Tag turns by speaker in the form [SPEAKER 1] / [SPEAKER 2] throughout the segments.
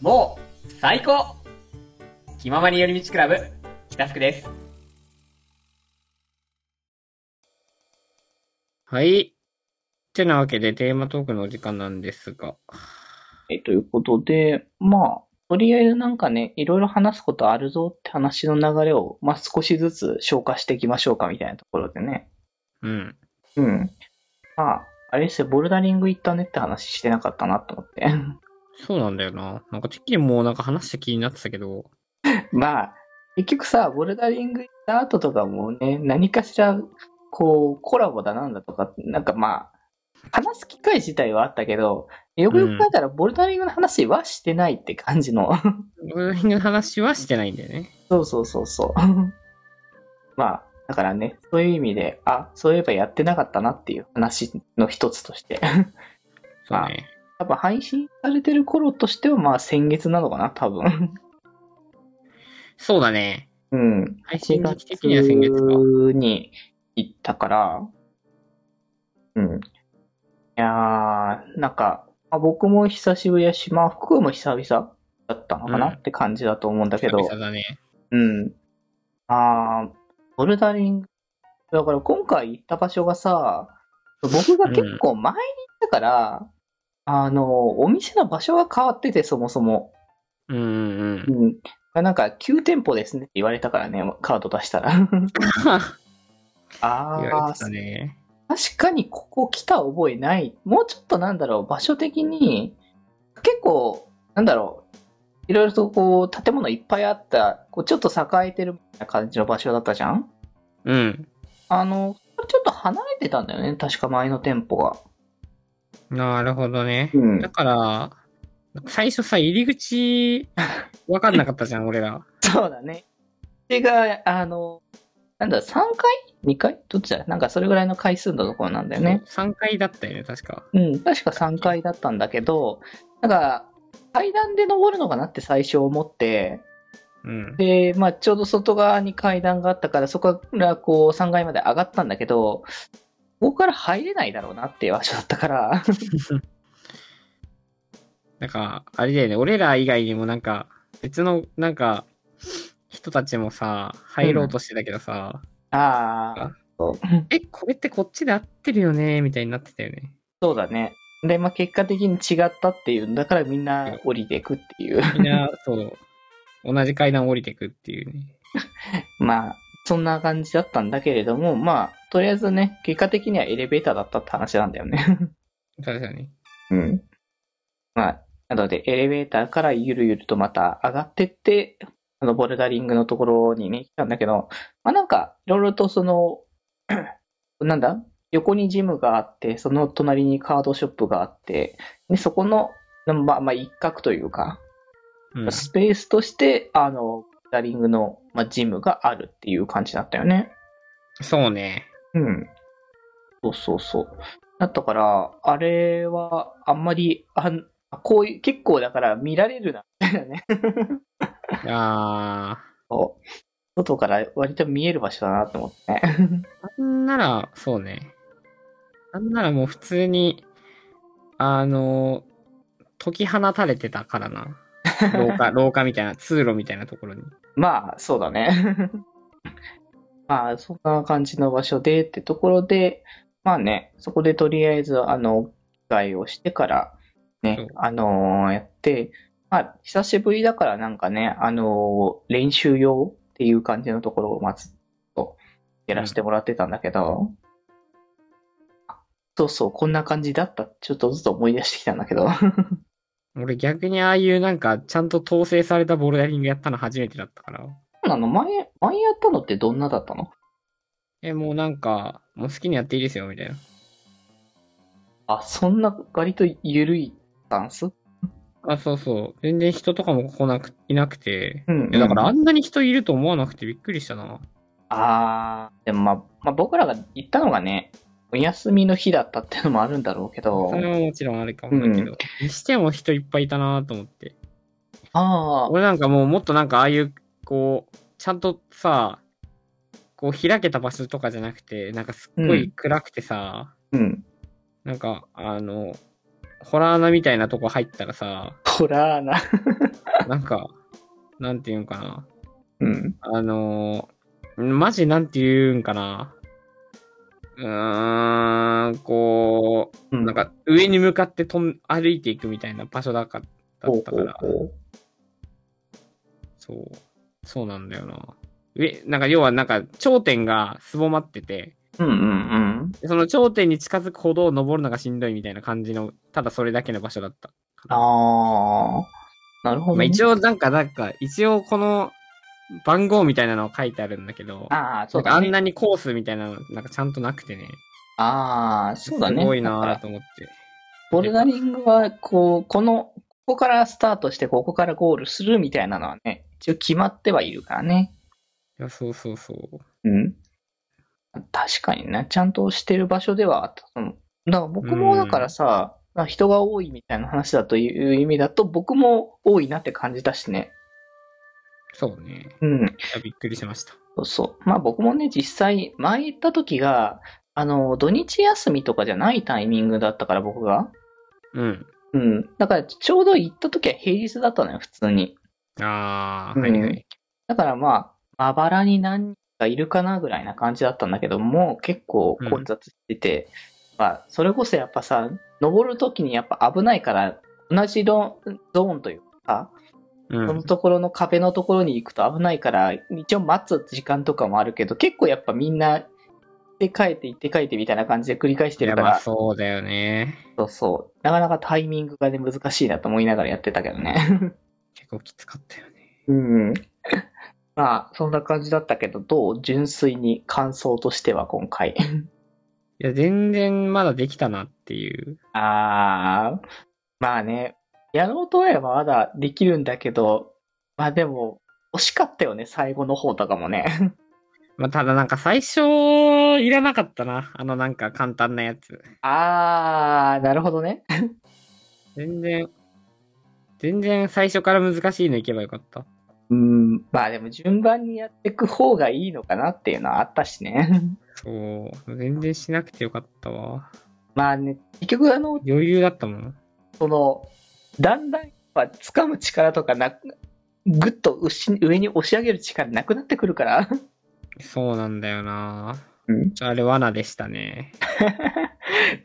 [SPEAKER 1] もう、最高気ままに寄り道クラブ、北福です。
[SPEAKER 2] はい。ってなわけでテーマトークのお時間なんですが。
[SPEAKER 3] え、ということで、まあ、とりあえずなんかね、いろいろ話すことあるぞって話の流れを、まあ少しずつ消化していきましょうかみたいなところでね。
[SPEAKER 2] うん。
[SPEAKER 3] うん。まあ、あれですよ、ボルダリング行ったねって話してなかったなと思って。
[SPEAKER 2] そうなんだよな。なんかてっきりもうなんか話した気になってたけど。
[SPEAKER 3] まあ、結局さ、ボルダリング行った後とかもね、何かしら、こう、コラボだなんだとか、なんかまあ、話す機会自体はあったけど、よくよく考えたら、ボルダリングの話はしてないって感じの。
[SPEAKER 2] ボルダリングの話はしてないんだよね。
[SPEAKER 3] そうそうそうそう。 まあ、だからね、そういう意味で、あ、そういえばやってなかったなっていう話の一つと して。
[SPEAKER 2] そうね。
[SPEAKER 3] 多分配信されてる頃としては、まあ先月なのかな、多分。
[SPEAKER 2] そうだね。
[SPEAKER 3] うん。
[SPEAKER 2] 配信時期的には先月か。
[SPEAKER 3] 月に行ったから、うん。いやー、なんか、まあ、僕も久しぶりやし、まあ福も久々だったのかな
[SPEAKER 2] うん
[SPEAKER 3] って感じだと思うんだけ
[SPEAKER 2] 久
[SPEAKER 3] ど。
[SPEAKER 2] 々だね。
[SPEAKER 3] うん。あーボルダリング。だから今回行った場所がさ、僕が結構前に行ったから、あの、お店の場所が変わってて、そもそも。
[SPEAKER 2] うんうんう。
[SPEAKER 3] うんん。なんか、9店舗ですねって言われたからね、カード出し たら。
[SPEAKER 2] 言わ
[SPEAKER 3] あ
[SPEAKER 2] れ
[SPEAKER 3] あ
[SPEAKER 2] て、たね。
[SPEAKER 3] 確かにここ来た覚えない。もうちょっとなんだろう、場所的に、結構、なんだろう、いろいろとこう、建物いっぱいあった、こうちょっと栄えてるみたいな感じの場所だったじゃん
[SPEAKER 2] うん。
[SPEAKER 3] あの、ちょっと離れてたんだよね、確か前の店舗が。
[SPEAKER 2] なるほどね。
[SPEAKER 3] うん
[SPEAKER 2] だから、最初さ、入り口、わかんなかった じゃん、俺ら。
[SPEAKER 3] そうだね。それが、あの、なんだ、3回 ?2 回どっちだなんかそれぐらいの回数のところなんだよね。
[SPEAKER 2] 3階だったよね、確か。
[SPEAKER 3] うん、確か3階だったんだけど、なんか、階段で登るのかなって最初思って、
[SPEAKER 2] うん。
[SPEAKER 3] で、まあ、ちょうど外側に階段があったから、そこからこう3階まで上がったんだけど、ここから入れないだろうなっていう場所だったから、
[SPEAKER 2] なんか、あれだよね、俺ら以外にもなんか、別の、なんか、人たちもさ、入ろうとしてたけどさ、
[SPEAKER 3] ああ、そう
[SPEAKER 2] え、これってこっちで合ってるよね、みたいになってたよね。
[SPEAKER 3] そうだね。で、まあ、結果的に違ったっていうんだからみんな降りていくっていう。
[SPEAKER 2] みんな、 そう、同じ階段降りてくっていうね。
[SPEAKER 3] まあ、そんな感じだったんだけれども、まあ、とりあえずね、結果的にはエレベーターだったって話なんだよね。
[SPEAKER 2] 確かに。
[SPEAKER 3] うん。まあ、なので、エレベーターからゆるゆるとまた上がってって、あの、ボルダリングのところにね、来たんだけど、まあなんか、いろいろとその、 なんだ横にジムがあって、その隣にカードショップがあって、で、そこの、まあ、まあ、一角というか、
[SPEAKER 2] うん。
[SPEAKER 3] スペースとして、あの、ボルダリングの、まあ、ジムがあるっていう感じだったよね。
[SPEAKER 2] そうね。
[SPEAKER 3] うん。そうそうそう。だったから、あれは、あんまり、あんこういう、結構だから見られるな、みたいなね。
[SPEAKER 2] あ
[SPEAKER 3] そう外から割と見える場所だなと思ってね。
[SPEAKER 2] ー、なんなら、そうね。なんならもう普通に、あの、解き放たれてたからな。廊下、廊下みたいな、通路みたいなところに。
[SPEAKER 3] まあ、そうだね。 まあ、そんな感じの場所でってところで、まあね、そこでとりあえず、あの、機会をしてから、
[SPEAKER 2] そう
[SPEAKER 3] ね、あのーやって、まあ、久しぶりだからなんかね、あのー練習用っていう感じのところをまず、と、やらせてもらってたんだけど、そうそう、こんな感じだった。ちょっとずつ思い出してきたんだけど。
[SPEAKER 2] 俺逆にああいうなんか、ちゃんと統制されたボルダリングやったの初めてだったから。
[SPEAKER 3] あの、前、前やったのってどんなだったの
[SPEAKER 2] え、もうなんか、もう好きにやっていいですよ、みたいな。
[SPEAKER 3] あ、そんな割と緩いスタンスう
[SPEAKER 2] あ、そうそう。全然人とかも来なく、いなくて。
[SPEAKER 3] ん、
[SPEAKER 2] いやだからあんなに人いると思わなくてびっくりしたな。
[SPEAKER 3] あーでもまあ、まあ、僕らが行ったのがね、お休みの日だったっていうのもあるんだろうけど
[SPEAKER 2] そ、れはもちろんあるかもだけど。にしても人いっぱいいたなと思って。
[SPEAKER 3] ああ、
[SPEAKER 2] 俺なんかもうもっとなんかああいう、こう、ちゃんとさ、こう開けた場所とかじゃなくて、なんかすっごい暗くてさ、
[SPEAKER 3] うん。
[SPEAKER 2] なんかあの、ホラー穴みたいなとこ入ったらさ、
[SPEAKER 3] ホラーな。
[SPEAKER 2] なんか、なんていうんかな。
[SPEAKER 3] うん。
[SPEAKER 2] あのー、マジなんて言うんかな。うーん、こ
[SPEAKER 3] う
[SPEAKER 2] う、なん、か上に向かってとん歩いていくみたいな場所だかだ
[SPEAKER 3] ほ
[SPEAKER 2] っ
[SPEAKER 3] う
[SPEAKER 2] た
[SPEAKER 3] ほ
[SPEAKER 2] か
[SPEAKER 3] う
[SPEAKER 2] ら
[SPEAKER 3] ほ、う。
[SPEAKER 2] そう。そうなんだよな。上、なんか要はなんか頂点がすぼまってて、
[SPEAKER 3] うんうん
[SPEAKER 2] その頂点に近づくほど登るのがしんどいみたいな感じの、ただそれだけの場所だったか
[SPEAKER 3] うん。
[SPEAKER 2] ら。
[SPEAKER 3] ああ。なるほど、
[SPEAKER 2] まあ、
[SPEAKER 3] ね。
[SPEAKER 2] 一応なんか、なんか、一応この番号みたいなのを書いてあるんだけど、
[SPEAKER 3] ああ、そう
[SPEAKER 2] なんか
[SPEAKER 3] だ
[SPEAKER 2] あ
[SPEAKER 3] ね。
[SPEAKER 2] んなにコースみたいなの、なんかちゃんとなくてね。
[SPEAKER 3] ああ、そうだね。
[SPEAKER 2] すごい
[SPEAKER 3] だから
[SPEAKER 2] なぁと思って。
[SPEAKER 3] ボルダリングは、こう、この、ここからスタートして、ここからゴールするみたいなのはね、一応決まってはいるからね。
[SPEAKER 2] いや、そうそうそう。
[SPEAKER 3] うん。確かにね、ちゃんとしてる場所ではあった。そのだから僕
[SPEAKER 2] う
[SPEAKER 3] も、
[SPEAKER 2] ん
[SPEAKER 3] だからさ、まあ人が多いみたいな話だという意味だと、僕も多いなって感じだしね。
[SPEAKER 2] そうね。
[SPEAKER 3] うん。
[SPEAKER 2] いやびっくりしました。
[SPEAKER 3] そうそう。まあ僕もね、実際、前行った時が、あの、土日休みとかじゃないタイミングだったから、僕が。
[SPEAKER 2] うん。
[SPEAKER 3] うん。だから、ちょうど行った時は平日だったのよ、普通に。
[SPEAKER 2] あ
[SPEAKER 3] う
[SPEAKER 2] ー、
[SPEAKER 3] ん
[SPEAKER 2] はいはい。
[SPEAKER 3] だからまあ、まばらに何人かいるかなぐらいな感じだったんだけども、結構混雑してて、まあ、それこそやっぱさ、登るときにやっぱ危ないから、同じロゾーンというか、
[SPEAKER 2] う
[SPEAKER 3] その
[SPEAKER 2] ん。
[SPEAKER 3] ところの壁のところに行くと危ないから、一応待つ時間とかもあるけど、結構やっぱみんな、行って帰って行って帰ってみたいな感じで繰り返し
[SPEAKER 2] い
[SPEAKER 3] て
[SPEAKER 2] や、
[SPEAKER 3] るか
[SPEAKER 2] まあ
[SPEAKER 3] ら、
[SPEAKER 2] そうだよね。
[SPEAKER 3] そうそう、なかなかタイミングがね、難しいなと思いながらやってたけどね。
[SPEAKER 2] 結構きつかったよね。
[SPEAKER 3] うん。 まあ、そんな感じだったけど、どう純粋に感想としては今回。
[SPEAKER 2] いや、全然まだできたなっていう。
[SPEAKER 3] あー、まあね、やろうと思えばまだできるんだけど、まあでも、惜しかったよね、最後の方とかもね。
[SPEAKER 2] まあただなんか最初、いらなかったな。あのなんか簡単なやつ。
[SPEAKER 3] あー、なるほどね。
[SPEAKER 2] 全然、全然最初から難しいのいけばよかった。
[SPEAKER 3] うん、まあでも順番にやっていく方がいいのかなっていうのはあったしね。
[SPEAKER 2] そう。全然しなくてよかったわ。
[SPEAKER 3] まあね、結局あの、
[SPEAKER 2] 余裕だったもん。
[SPEAKER 3] その、だんだんやっぱ掴む力とかなく、ぐっと失上に押し上げる力なくなってくるから。
[SPEAKER 2] そうなんだよな。
[SPEAKER 3] うん
[SPEAKER 2] あれ罠でしたね。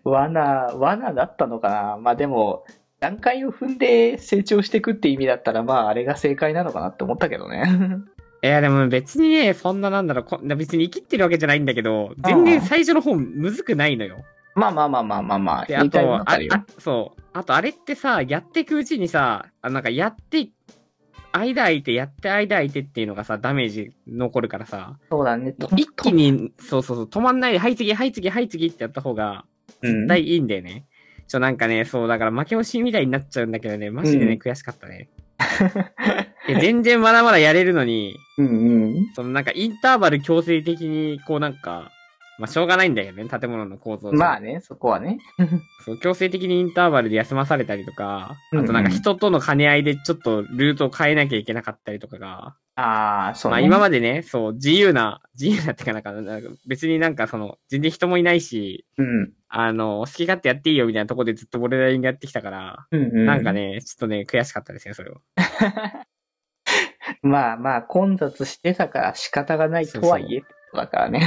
[SPEAKER 3] 罠、罠だったのかなまあでも、段階を踏んで成長していくって意味だったら、まああれが正解なのかなって思ったけどね。
[SPEAKER 2] いや、でも別にね、そんななんだろうこ、別に生きってるわけじゃないんだけど、全然最初の方むずくないのよ。
[SPEAKER 3] まあまあまあまあまあまあ、
[SPEAKER 2] で、あ
[SPEAKER 3] 言いたい
[SPEAKER 2] と
[SPEAKER 3] の、は
[SPEAKER 2] あ
[SPEAKER 3] るよ
[SPEAKER 2] あそう。あと、あれってさ、やっていくうちにさ、あなんかやって、間空いて、やって間空いてっていうのがさ、ダメージ残るからさ、
[SPEAKER 3] そうだね。と
[SPEAKER 2] 一気。に、そうそうそう、止まんないで、はい次、はい次、はい次ってやった方が、
[SPEAKER 3] うん
[SPEAKER 2] 絶対いいんだよね。ちょ、なんかね、そう、だから負け惜しみみたいになっちゃうんだけどね、マジでね、
[SPEAKER 3] うん
[SPEAKER 2] 悔しかったね。いや全然まだまだやれるのに、
[SPEAKER 3] うんうん。
[SPEAKER 2] そのなんかインターバル強制的に、こうなんか、まあしょうがないんだよね、建物の構造上
[SPEAKER 3] まあね、そこはね。
[SPEAKER 2] そう、強制的にインターバルで休まされたりとか、あ
[SPEAKER 3] うん
[SPEAKER 2] となんか人との兼ね合いでちょっとルートを変えなきゃいけなかったりとかが、
[SPEAKER 3] ああ、そう、
[SPEAKER 2] まあ
[SPEAKER 3] ね。
[SPEAKER 2] 今までね、そう、自由な、 自由なってかなんか、なんか別になんかその、全然人もいないし、
[SPEAKER 3] うん。
[SPEAKER 2] あの、好き勝手やっていいよみたいなとこでずっとボルダリングやってきたから、
[SPEAKER 3] うんうん、
[SPEAKER 2] なんかね、ちょっとね、悔しかったですね、それは。
[SPEAKER 3] まあまあ混雑してたから仕方がないとはいえってことだからね。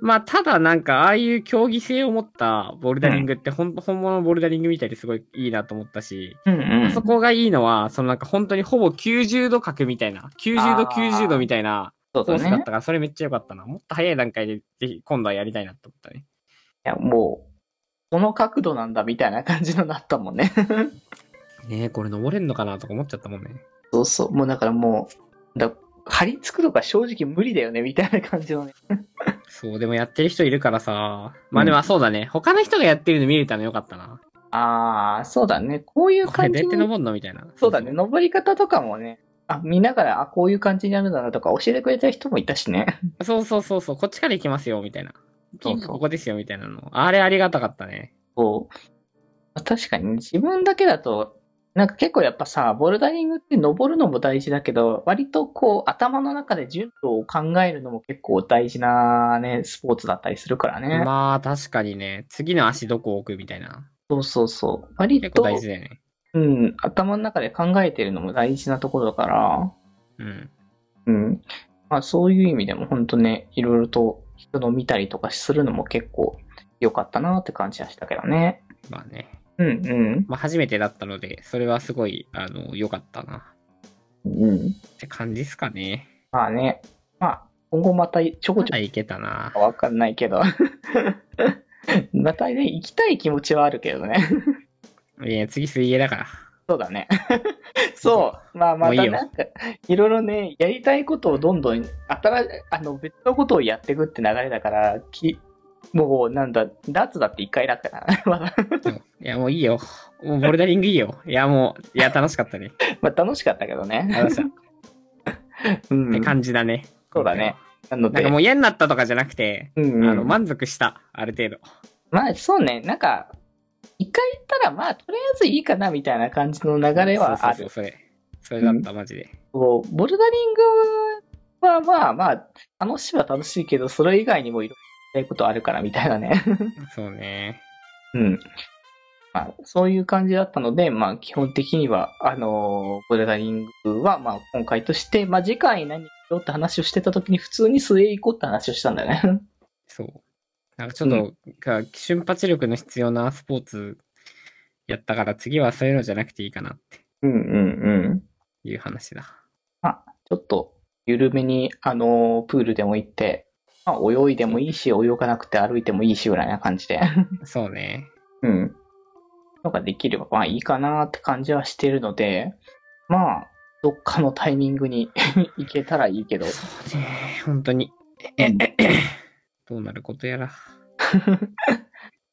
[SPEAKER 2] まあ、ただなんか、ああいう競技性を持ったボルダリングって、ほんと本物のボルダリングみたいですごいいいなと思ったし、
[SPEAKER 3] うんう
[SPEAKER 2] そこがいいのは、そのなんか本当にほぼ90度角みたいな、90度
[SPEAKER 3] あー
[SPEAKER 2] 90度みたいな
[SPEAKER 3] そう
[SPEAKER 2] コー
[SPEAKER 3] だ
[SPEAKER 2] スだっ
[SPEAKER 3] ね
[SPEAKER 2] た。から、それめっちゃ良かったな。もっと早い段階で、ぜひ今度はやりたいなと思ったね。
[SPEAKER 3] いや、もう、この角度なんだみたいな感じのなったもんね。
[SPEAKER 2] ねえ、これ登れんのかなとか思っちゃったもんね。
[SPEAKER 3] そうそう。もうだからもう、だ張り付くとか正直無理だよねみたいな感じのね。
[SPEAKER 2] そう、でもやってる人いるからさ。まあでも、そうだね。他の人がやってるの見れたの良かったな。
[SPEAKER 3] あー、そうだね。こういう
[SPEAKER 2] これ
[SPEAKER 3] 感
[SPEAKER 2] どう
[SPEAKER 3] じ
[SPEAKER 2] やって
[SPEAKER 3] の。
[SPEAKER 2] 登んのみたいな。
[SPEAKER 3] そうだね。登り方とかもね。あ、見ながら、あ、こういう感じになるんだなとか教えてくれた人もいたし ね。
[SPEAKER 2] そうそうそうそう、こっちから行きますよ、みたいな。
[SPEAKER 3] そうそう
[SPEAKER 2] ピンクここですよ、みたいなの。あれありがたかったね。
[SPEAKER 3] そう。確かに自分だけだと、なんか結構やっぱさ、ボルダリングって登るのも大事だけど、割とこう頭の中で順路を考えるのも結構大事なね、スポーツだったりするからね。
[SPEAKER 2] まあ、確かにね、次の足どこ置くみたいな。
[SPEAKER 3] そうそうそう。割
[SPEAKER 2] 結
[SPEAKER 3] と
[SPEAKER 2] 構大事だよね。
[SPEAKER 3] うん、頭の中で考えてるのも大事なところだから、
[SPEAKER 2] うん。
[SPEAKER 3] うん。まあそういう意味でも本当ね、いろいろと人の見たりとかするのも結構良かったなって感じはしたけどね。
[SPEAKER 2] まあね。
[SPEAKER 3] うんうん。
[SPEAKER 2] まあ初めてだったので、それはすごい、あの、良かったな。
[SPEAKER 3] うん。
[SPEAKER 2] って感じですかね。
[SPEAKER 3] まあね、まあ今後またちょこ
[SPEAKER 2] ま
[SPEAKER 3] ちょ
[SPEAKER 2] だいけたな
[SPEAKER 3] こ。わかんないけど。 またね、行きたい気持ちはあるけどね。
[SPEAKER 2] いや、次水泳だから。
[SPEAKER 3] そうだね。 そう。まあま
[SPEAKER 2] もういい
[SPEAKER 3] た
[SPEAKER 2] よ
[SPEAKER 3] なんか、いろいろね、やりたいことをどんどん、新しあの、別のことをやっていくって流れだから、きもうなんだ、ダーツだって一回だから、 まだ
[SPEAKER 2] うんいや、もういいよ。もうボルダリングいいよ。いや、もう、いや、楽しかったね。
[SPEAKER 3] まあ楽しかったけどね。
[SPEAKER 2] 楽しかっ
[SPEAKER 3] う
[SPEAKER 2] た。って
[SPEAKER 3] ん。
[SPEAKER 2] 感じだね。
[SPEAKER 3] そうだね。なの
[SPEAKER 2] なん
[SPEAKER 3] で、
[SPEAKER 2] かもう嫌になったとかじゃなくて、
[SPEAKER 3] うんうん
[SPEAKER 2] あの、満足した。ある程度。
[SPEAKER 3] まあそうね、なんか、一回行ったら、まあとりあえずいいかなみたいな感じの流れはあ
[SPEAKER 2] そうそうそう
[SPEAKER 3] る。
[SPEAKER 2] それ。それだった、マジで。
[SPEAKER 3] こうボルダリングはまあまあ、楽しいは楽しいけど、それ以外にもいろいろやりたいことあるからみたいなね。
[SPEAKER 2] そうね。
[SPEAKER 3] うん。まあ、そういう感じだったので、まあ、基本的には、あのーボルダリングは、まあ、今回として、まあ、次回何しようって話をしてた時に、普通に末へ行こうって話をしたんだよね。
[SPEAKER 2] そう。なんかちょっと、が瞬発力の必要なスポーツやったから、次はそういうのじゃなくていいかなって
[SPEAKER 3] うんうんうん。
[SPEAKER 2] いう話だ。
[SPEAKER 3] ちょっと、緩めに、あのープールでも行って、まあ、泳いでもいいし、泳がなくて歩いてもいいし、ぐらいな感じで。
[SPEAKER 2] そうね。
[SPEAKER 3] うん。のができれば、まあいいかなって感じはしてるので、まあ、どっかのタイミングに 行けたらいいけど。
[SPEAKER 2] そうね。本当に。どうなることやら。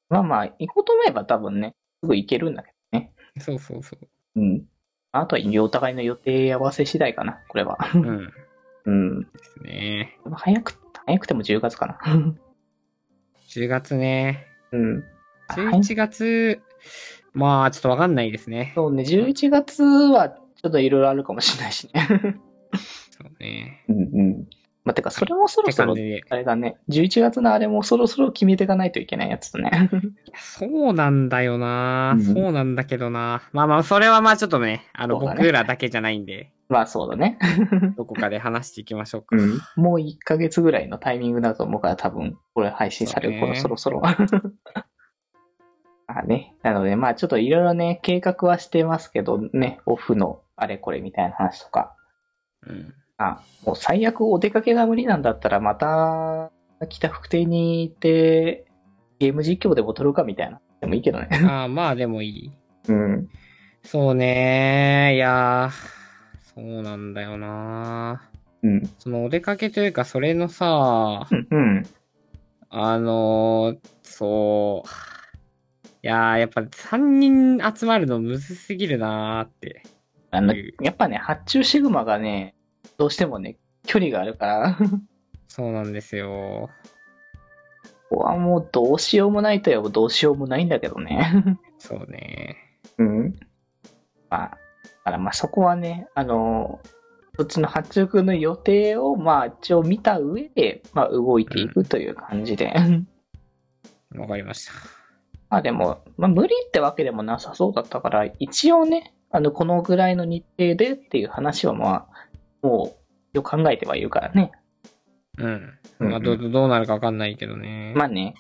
[SPEAKER 3] まあまあ、行こうと思えば多分ね、すぐ行けるんだけ
[SPEAKER 2] そうそうそ
[SPEAKER 3] ど。うん。あとは、お互いの予定合わせ次第かな、これは。
[SPEAKER 2] う。うん。
[SPEAKER 3] うん。
[SPEAKER 2] ですね。
[SPEAKER 3] 早く、早くても10月かな。
[SPEAKER 2] 10月ね。
[SPEAKER 3] うん。はい
[SPEAKER 2] 11月、まあ、ちょっとわかんないですね。
[SPEAKER 3] そうね、11月はちょっといろいろあるかもしれないしね。
[SPEAKER 2] そうね。
[SPEAKER 3] うんうん。まあ、てか、それもそ
[SPEAKER 2] っ
[SPEAKER 3] ろ
[SPEAKER 2] て
[SPEAKER 3] そ
[SPEAKER 2] 感
[SPEAKER 3] ろ
[SPEAKER 2] じ、で。
[SPEAKER 3] あれだね、11月のあれもそろそろ決めていかないといけないやつだね。
[SPEAKER 2] そうなんだよな、
[SPEAKER 3] うん
[SPEAKER 2] そうなんだけどなまあまあ、それはまあちょっとね、あの、
[SPEAKER 3] そうだね
[SPEAKER 2] 僕らだけじゃないんで、
[SPEAKER 3] まあそうだね。
[SPEAKER 2] どこかで話していきましょうか。
[SPEAKER 3] もう1ヶ月ぐらいのタイミングだと思うから多分、これ配信される頃
[SPEAKER 2] そ
[SPEAKER 3] そう
[SPEAKER 2] ね
[SPEAKER 3] ろそろ。 あね。なので、まあちょっといろいろね、計画はしてますけどね、オフのあれこれみたいな話とか。
[SPEAKER 2] うん。
[SPEAKER 3] あ、もう最悪お出かけが無理なんだったらまた、北福亭に行って、ゲーム実況でも撮るかみたいな。でもいいけどね。
[SPEAKER 2] ああ、まあでもいい。
[SPEAKER 3] うん。
[SPEAKER 2] そうねいやー、そうなんだよな
[SPEAKER 3] うん。
[SPEAKER 2] そのお出かけというか、それのさ、
[SPEAKER 3] うん。うん。
[SPEAKER 2] あのー、そう、いやー、やっぱ3人集まるのむずすぎるなーって。
[SPEAKER 3] あの、
[SPEAKER 2] うん
[SPEAKER 3] やっぱね、発注シグマがね、どうしてもね、距離があるから。
[SPEAKER 2] そうなんですよ。
[SPEAKER 3] ここはもうどうしようもないといえばどうしようもないんだけどね。
[SPEAKER 2] そうね
[SPEAKER 3] うん。まあ、だからまあそこはね、あのそっちの八中君の予定をまあ一応見た上で、まあ動いていくという感じで。
[SPEAKER 2] わかりました。
[SPEAKER 3] まあでも、まあ無理ってわけでもなさそうだったから、一応ね、あの、このぐらいの日程でっていう話はまあ、もう、一応考えてはいるからね。
[SPEAKER 2] うん。
[SPEAKER 3] うん
[SPEAKER 2] まあ、どうどうなるかわかんないけどね。
[SPEAKER 3] まあね、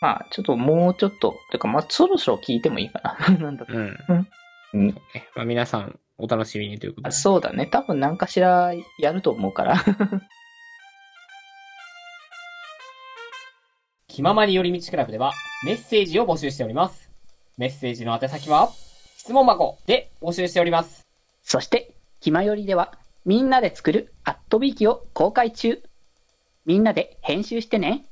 [SPEAKER 3] まあちょっともうちょっと、てかまあそろそろ聞いてもいいかな。 なんだ
[SPEAKER 2] うん。
[SPEAKER 3] うん
[SPEAKER 2] そうねまあ、皆さん、お楽しみにということ
[SPEAKER 3] あ
[SPEAKER 2] で。
[SPEAKER 3] そうだね。多分何かしらやると思うから。
[SPEAKER 1] 気ままに寄り道クラブではメッセージを募集しております。メッセージの宛先は、質問箱で募集しております。
[SPEAKER 3] そして、ひまよりでは、みんなで作るアットビーキを公開中。みんなで編集してね。